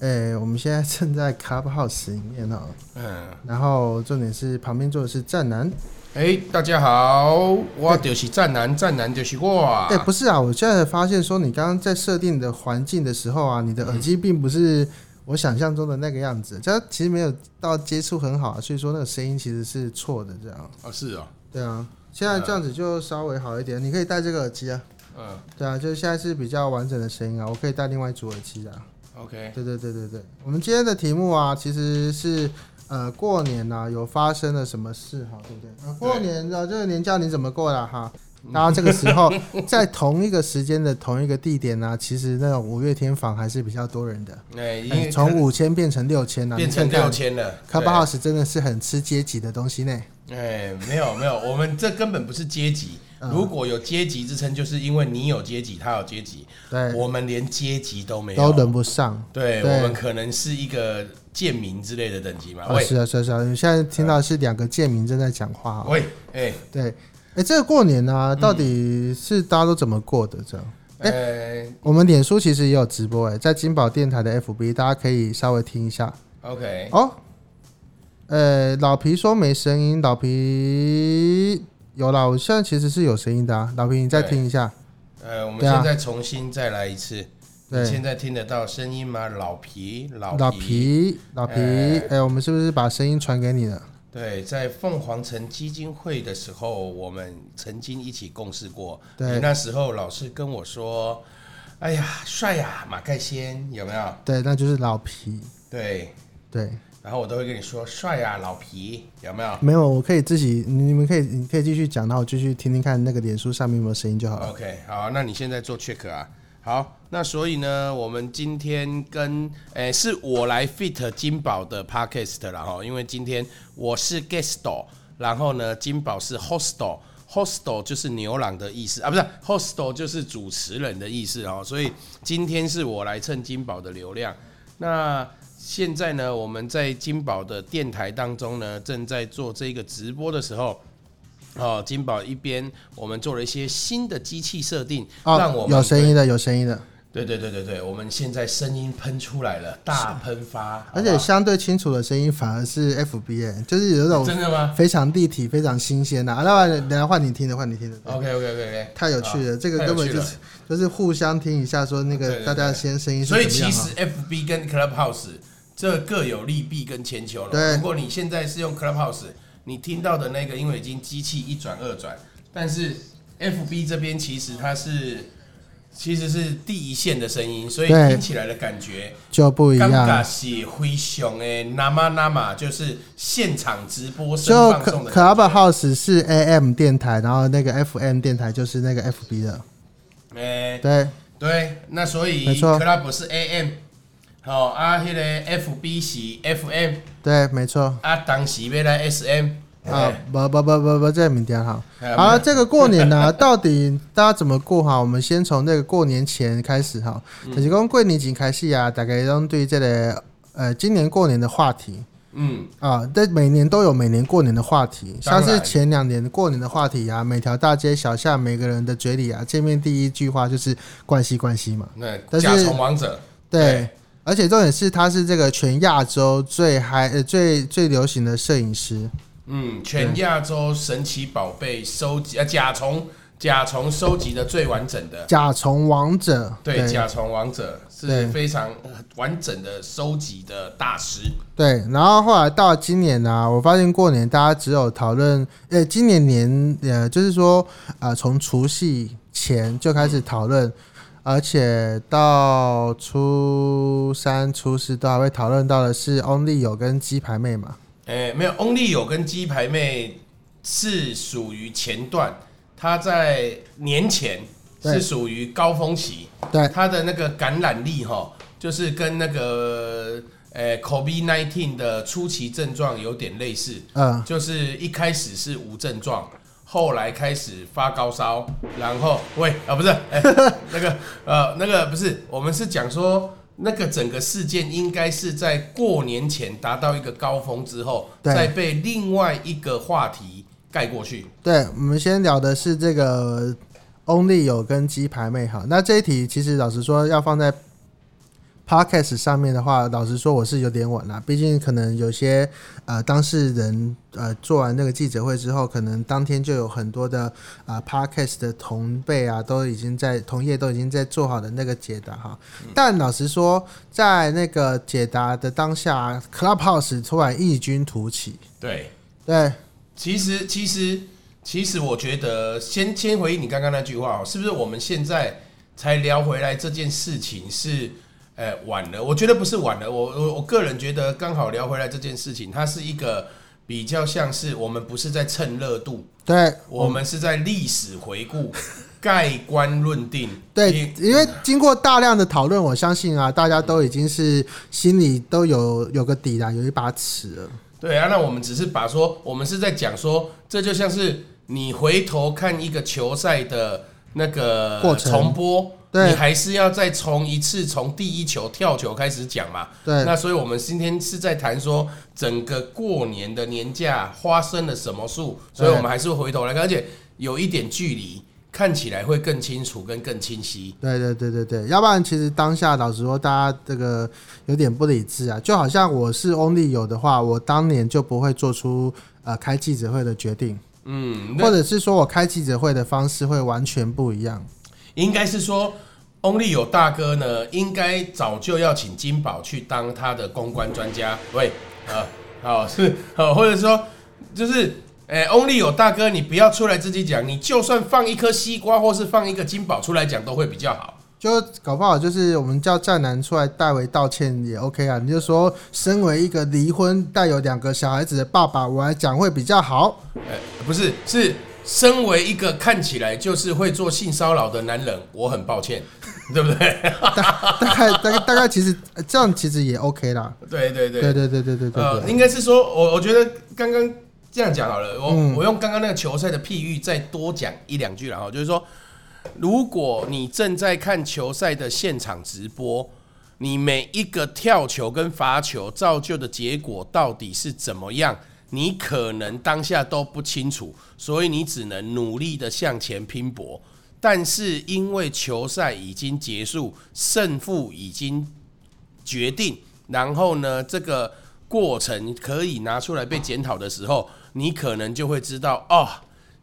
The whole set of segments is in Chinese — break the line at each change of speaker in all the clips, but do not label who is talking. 诶、我们现在正在 Clubhouse 里面哦，
嗯，
然后重点是旁边坐的是战男，
哎、大家好，我就是战男，战男就是我。
哎、不是啊，我现在才发现说你刚刚在设定的环境的时候啊，你的耳机并不是我想象中的那个样子，这其实没有到接触很好、啊，所以说那个声音其实是错的，这样。
哦，是哦，
对啊，现在这样子就稍微好一点，你可以戴这个耳机啊。
嗯
对啊，就是现在是比较完整的声音啊，我可以戴另外一组耳机啊。
，OK，
对对对对对，我们今天的题目啊，其实是呃过年呐、有发生了什么事哈，对不对？呃、过年的这个年假你怎么过了 哈？大家这个时候在同一个时间的同一个地点呢、啊其实那种五月天房还是比较多人的，
哎、因
哎
为
从五千变成六千了，啊
变成
你看
六
看。
千了。
c l u b h o u s 真的是很吃阶级的东西呢。
对哎、没有没有，我们这根本不是阶级。
嗯
如果有阶级之称，就是因为你有阶级，他有阶级，
对，
我们连阶级都没
都
有。
轮不上。
对，
对
我们可能是一个贱民之类的等级嘛。
啊，
喂
是啊，是啊，是啊。现在听到是两个贱民正在讲话、哦。
喂，哎、
对，哎、这个过年呢、到底是大家都怎么过的？这样，哎
呃
我们脸书其实也有直播、哎，在金宝电台的 FB，大家可以稍微听一下。
，OK，
哦，呃，老皮说没声音，老皮有啦，我现在其实是有声音的啊。老皮，你再
对
听一下。
呃，我们
对啊
现在重新再来一次。
对
你现在听得到声音吗？老皮，老
老皮，老皮，哎、我们是不是把声音传给你了？
对，在凤凰城基金会的时候，我们曾经一起共事过。
对
你那时候老师跟我说：“哎呀，帅呀、马盖先有没有
对，那就是老皮。？”
对，
对，
然后我都会跟你说：“帅呀、老皮有没有
没有，我可以自己，你们可以，你可以继续讲，然后我继续听听看那个脸书上面有没有声音就好了。
？”OK，好，那你现在做 check 啊。好，那所以呢，我们今天跟诶、是我来 fit 金宝的 podcast 了哈，因为今天我是 guest，然后呢，金宝是 hostel。Hostel 就是牛郎的意思啊，不是 Hostel 就是主持人的意思哦，所以今天是我来蹭金宝的流量。那现在呢，我们在金宝的电台当中呢，正在做这个直播的时候，哦，金宝一边我们做了一些新的机器设定，让我
哦，
们
有声音的，有声音的，
对对对对对，我们现在声音喷出来了，大喷发，
而
好
且
不好
相对清楚的声音反而是 FB，、欸、就是有一种
真的吗
非常立体、非常新鲜的、啊。那等下换你听的，换你听的，
？OK OK OK OK，
太有趣了，这个
哦啊太有
根本
趣
就
了
是就是互相听一下，说那
对
个
对
大家先声音是
所以
怎么
其
样啊哈
实。FB 跟 Clubhouse 这各有利弊跟千秋
对
了。如果你现在是用 Clubhouse，你听到的那个因为已经机器一转二转，但是 FB 这边其实它是其实是第一线的声音，所以
对
听起来的感觉
就不一
尴尬
样，啊
是灰熊诶，那么那么就是现场直播声
就
放
c
送的感觉。
Clubhouse 是 AM 电台，然后那个 FM 电台就是那个 FB 的，
诶、
对
哎对，那所以
没错
Club 是 AM，好、啊，迄、个 FB 是 FM，
对，没错。
啊，当时要来 SM，
啊
哎，
不不不不不，这明天好。
哎
好
没
了，
有
这个过年呢、 到底大家怎么过哈？我们先从那个过年前开始哈，
嗯
就是讲过年前开始啊，大概都对这个呃今年过年的话题
嗯，
啊，但每年都有每年过年的话题，
当
像
然
是前两年过年的话题啊，每条大街小巷每个人的嘴里啊，见面第一句话就是关系关系嘛，
那
但是
甲虫王者，
对
对。
而且重点是，他是这个全亚洲最嗨、呃、最最流行的摄影师，
嗯，全亚洲神奇宝贝收集啊，甲虫甲虫收集的最完整的，
甲虫王者。
对，甲虫王者
对
是非常呃完整的收集的大师，
对，然后后来到今年呢、我发现过年大家只有讨论，呃，今年年呃，就是说呃，从除夕前就开始讨论，而且到初三、初四都还会讨论到的是 Only 有跟鸡排妹嘛，
哎，没有，Only 有跟鸡排妹是属于前段，它在年前
对
是属于高峰期，
对
它的那个感染力哈，就是跟那个呃 COVID 1 9的初期症状有点类似，
嗯，
就是一开始是无症状，后来开始发高烧，然后喂啊不是，哎那个呃那个不是，我们是讲说那个整个事件应该是在过年前达到一个高峰之后，
对
再被另外一个话题盖过去。
对，我们先聊的是这个 Only 有跟鸡排妹哈，那这一题其实老实说要放在 podcast 上面的话，老实说我是有点晚了，毕竟可能有些呃当事人呃做完那个记者会之后，可能当天就有很多的啊、呃 podcast 的同辈啊，都已经在同业都已经在做好的那个解答哈。但老实说，在那个解答的当下，Clubhouse 突然异军突起，
对，
对，
其实其实其实我觉得先先回应你刚刚那句话哦，是不是我们现在才聊回来这件事情是？呃，晚了，我觉得不是晚了，我我我个人觉得刚好聊回来这件事情，它是一个比较像是我们不是在蹭热度，
对，
我们是在历史回顾、盖棺论定。
对
也，
因为经过大量的讨论，我相信啊，大家都已经是心里都有有个底啦，有一把尺了。
对啊，那我们只是把说，我们是在讲说，这就像是你回头看一个球赛的那个
过程
重播，
对
你还是要再从一次从第一球跳球开始讲嘛。
对
那所以我们今天是在谈说整个过年的年假发生了什么事，所以我们还是会回头来看，而且有一点距离，看起来会更清楚跟更清晰。
对对对对对，要不然其实当下老实说，大家这个有点不理智啊。就好像我是 Only 有的话，我当年就不会做出呃开记者会的决定，
嗯，那
或者是说我开记者会的方式会完全不一样。
应该是说，Only 有大哥呢，应该早就要请金宝去当他的公关专家，喂，啊，好 是，好，或者说就是。哎、o n l y 有大哥，你不要出来自己讲，你就算放一颗西瓜或是放一个金宝出来讲，都会比较好。
就搞不好就是我们叫战男出来代为道歉也 OK 啊，你就说身为一个离婚带有两个小孩子的爸爸，我来讲会比较好。
哎、不是，是身为一个看起来就是会做性骚扰的男人，我很抱歉，对 不对？
大大概大概大概，其实呃这样其实也 OK 啦。
对对对
对对对对对对
呃，
对，
应该是说，我我觉得刚刚这样讲好了，我、
嗯
我用刚刚那个球赛的譬喻再多讲一两句然后就是说，如果你正在看球赛的现场直播，你每一个跳球跟罚球造就的结果到底是怎么样，你可能当下都不清楚，所以你只能努力的向前拼搏。但是因为球赛已经结束，胜负已经决定，然后呢，这个过程可以拿出来被检讨的时候，你可能就会知道哦，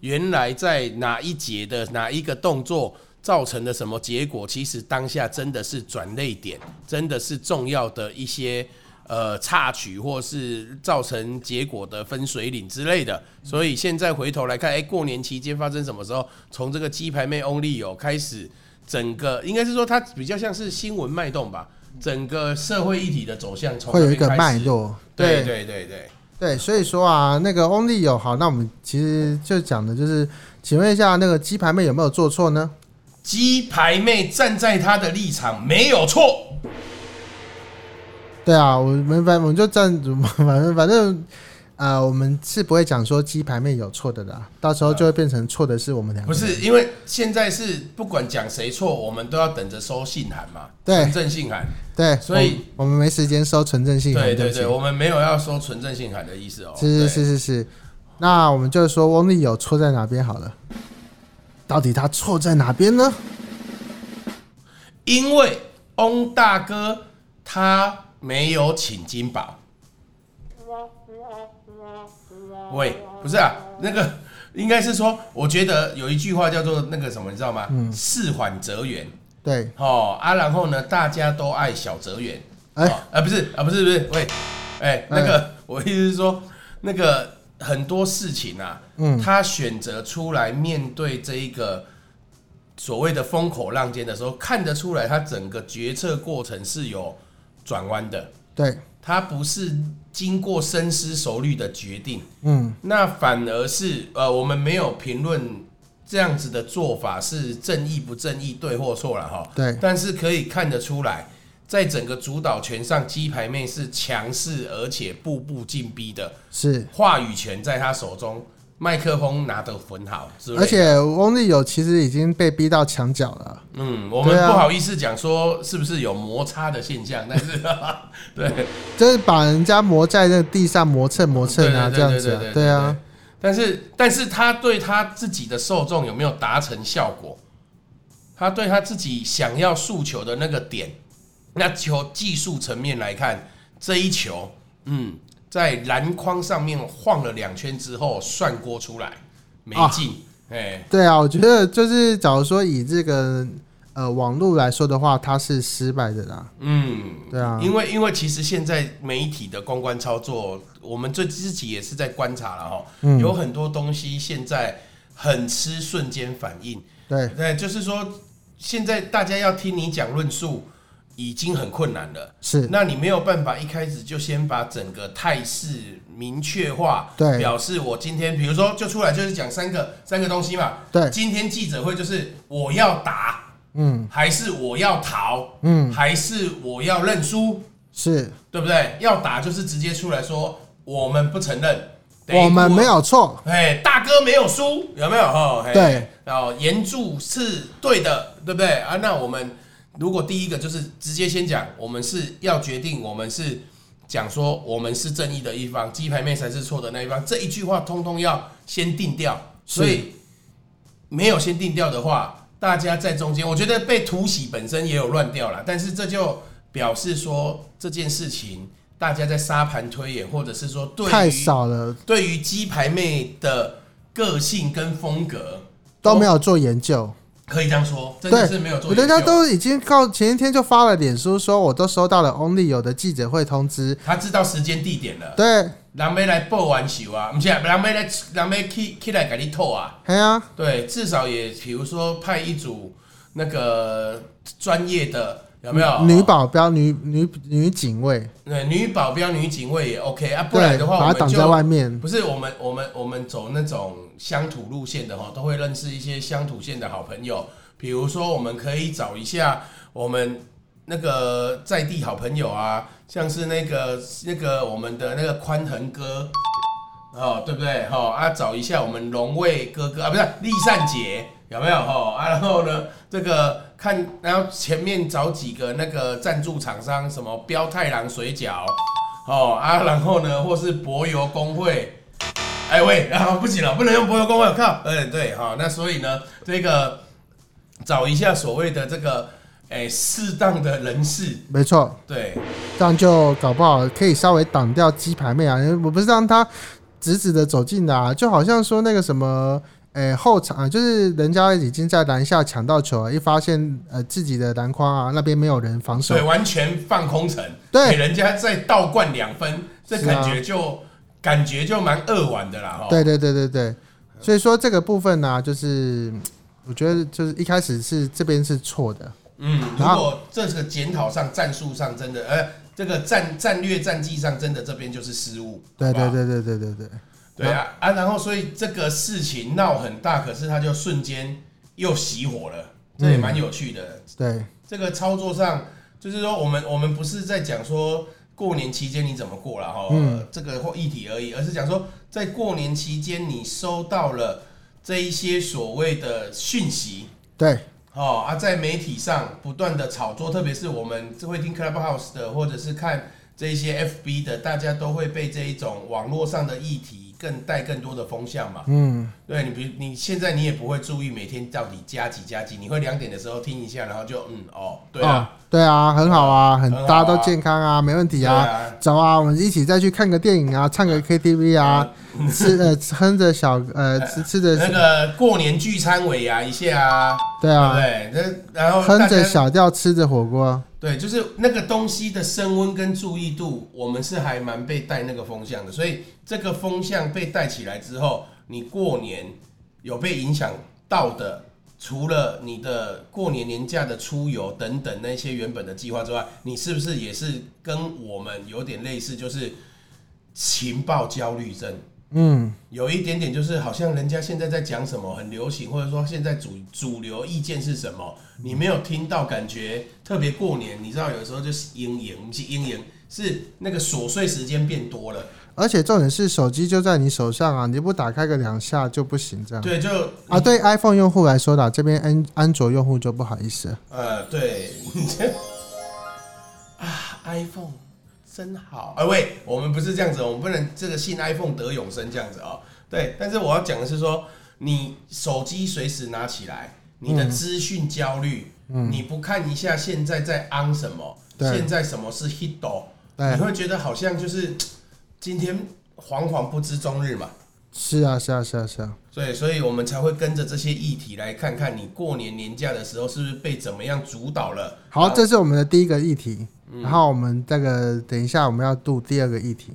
原来在哪一节的哪一个动作造成的什么结果，其实当下真的是转泪点，真的是重要的一些。呃，插曲或是造成结果的分水岭之类的，所以现在回头来看，哎、过年期间发生什么时候？从这个鸡排妹 Only 有开始，整个应该是说它比较像是新闻脉动吧，整个社会议题的走向从
会有一
那
个
边开
脉
始。
络。
对对对对，
对，所以说啊，那个 Only 有好，那我们其实就讲的就是，请问一下，那个鸡排妹有没有做错呢？
鸡排妹站在她的立场没有错，
对啊，我们反我们就站，反正反正。呃，我们是不会讲说鸡排妹有错的啦，到时候就会变成错的是我们两个
不
人。
是因为现在是不管讲谁错，我们都要等着收信函嘛，
对
纯正信函。
对，
所以
我们我们没时间收纯正性。
对对
不起
对，我们没有要收纯正信函的意思哦。
是是
对，
是是是，那我们就说翁立友错在哪边好了。到底他错在哪边呢？
因为翁大哥他没有请金宝。喂，不是啊，那个应该是说，我觉得有一句话叫做那个什么，你知道吗？
嗯
事缓则圆。
对，
哦啊，然后呢，大家都爱小泽圆。
哎、
哦啊，不是啊，不是不是，喂，哎，那个、我意思是说，那个很多事情啊，
嗯
他选择出来面对这一个所谓的风口浪尖的时候，看得出来他整个决策过程是有转弯的，
对，
他不是经过深思熟虑的决定，
嗯，
那反而是呃，我们没有评论这样子的做法是正义不正义、对或错了哈。
对
但是可以看得出来，在整个主导权上，鸡排妹是强势而且步步进逼的，
是。
话语权在她手中，麦克风拿得很好之类的
而且翁立友其实已经被逼到墙角了。
嗯，我们
对啊
不好意思讲说是不是有摩擦的现象，但是 对，
就是把人家磨在那个地上磨蹭磨蹭啊，这
对对
样
对
子啊
对对，
对啊，。
但是，但是他对他自己的受众有没有达成效果？他对他自己想要诉求的那个点那球技术层面来看，这一球，嗯，在篮筐上面晃了两圈之后，涮锅出来没
啊
进，哎、
对啊，我觉得就是，假如说以这个呃网络来说的话，它是失败的啦。
嗯，
对啊，
因为因为其实现在媒体的公关操作，我们最自己也是在观察了哈，
嗯
有很多东西现在很吃瞬间反应，
对
对，就是说现在大家要听你讲论述已经很困难了，
是，
那你没有办法一开始就先把整个态势明确化，
对
表示我今天比如说就出来就是讲三个三个东西嘛，
对
今天记者会就是我要打，
嗯
还是我要逃，
嗯
还是我要认输。
是，
对不对？要打就是直接出来说我们不承认，
我们没
有，
有错，
哎，大哥没有输，有没有？哈，嘿
对，
然后严柱是对的，对不对啊？那我们如果第一个就是直接先讲，我们是要决定，我们是讲说我们是正义的一方，鸡排妹才是错的那一方，这一句话通通要先定掉，
是
所以没有先定掉的话，大家在中间，我觉得被突袭本身也有乱掉了，但是这就表示说这件事情，大家在沙盘推演，或者是说对于
太少了，
对于鸡排妹的个性跟风格
都没，有做研究。
可以这样说，真的
对
是没有，做
我
研究。
人家都已经告前一天就发了脸书说，我都收到了 Only 有的记者会通知。
他知道时间地点了，
对，
人要来报完仇啊，不是啊，人要来，人要起起来给你透啊。
嘿啊，
对，至少也比如说派一组那个专业的，有没有
女？保镖、女女女警卫，
对，女保镖、女警卫也 OK 啊，不然
对，
的话
把
我
它挡
们
在
就
外面。
不是我们我们我们走那种乡土路线的哈，都会认识一些乡土线的好朋友，比如说我们可以找一下我们。那个在地好朋友啊，像是那个那个我们的那个宽恒哥，哦，对不对？哦啊，找一下我们龙卫哥哥啊，不是立善姐有没有？哦啊，然后呢，这个看，然后前面找几个那个赞助厂商，什么标太郎水饺，哦啊，然后呢，或是博油工会。哎喂，啊不行了，不能用博油工会，靠，哎对，好、那所以呢，这个找一下所谓的这个，哎适当的人士，
没错，
对，
这样就搞不好可以稍微挡掉鸡排妹啊！因为我不是让她直直的走进的啊，就好像说那个什么，诶、后场啊，就是人家已经在篮下抢到球了，一发现呃自己的篮筐啊那边没有人防守
所以，完全放空城，
对
给人家再倒灌两分，这
是啊
感觉就、感觉就蛮扼腕的啦，哈。
对对对对对，所以说这个部分呢、就是嗯我觉得就是一开始是这边是错的，
嗯，如
然后
果这个检讨上、战术上真的，呃，这个战战略战绩上真的这边就是失误，
对
好不好
对对对对对对，
对啊啊，然后所以这个事情闹很大，可是它就瞬间又熄火了，这也蛮有趣的。
对
这个操作上，就是说我们我们不是在讲说过年期间你怎么过了哈、呃这个或议题而已，而是讲说在过年期间你收到了这一些所谓的讯息。
对
哦啊，在媒体上不断的炒作，特别是我们会听 Clubhouse 的，或者是看这一些 FB 的，大家都会被这一种网络上的议题更带更多的风向嘛。
嗯，
对你，比如你现在你也不会注意每天到底加几加几，你会两点的时候听一下，然后就嗯哦，对啊，
哦对啊，很好啊，很
很好啊
大家都健康啊，没问题
对
啊。
啊，
走啊，我们一起再去看个电影啊，唱个 KTV 啊，吃呃哼着小呃吃吃
那
着
个过年聚餐尾牙一下啊，
对啊，
对不对？那然后大
哼
家
着小调吃着火锅，
对，就是那个东西的升温跟注意度，我们是还蛮被带那个风向的，所以这个风向被带起来之后，你过年有被影响到的，除了你的过年年假的出游等等那些原本的计划之外，你是不是也是跟我们有点类似，就是情报焦虑症？
嗯，
有一点点就是好像人家现在在讲什么很流行，或者说现在主主流意见是什么，你没有听到，感觉特别过年，你知道有时候就是阴影，不是阴影，是那个琐碎时间变多了，
而且重点是手机就在你手上啊，你不打开个两下就不行这样。
对，就
啊，对 iPhone 用户来说啦，这边安安卓用户就不好意思了。
呃，对， 啊，iPhone 真好。哎、喂，我们不是这样子哦，我们不能这个信 iPhone 得永生这样子哦。对，但是我要讲的是说，你手机随时嗯拿起来，你的资讯焦虑，你不看一下现在在 on 什么，
对
现在什么是 hit 斗，
对
你会觉得好像就是嘖今天惶惶不知终日嘛。
是啊，是啊，是啊，是啊，
所以，所以我们才会跟着这些议题来看看你过年年假的时候是不是被怎么样主导了。
好，这是我们的第一个议题，然后我们这个等一下我们要录第二个议题，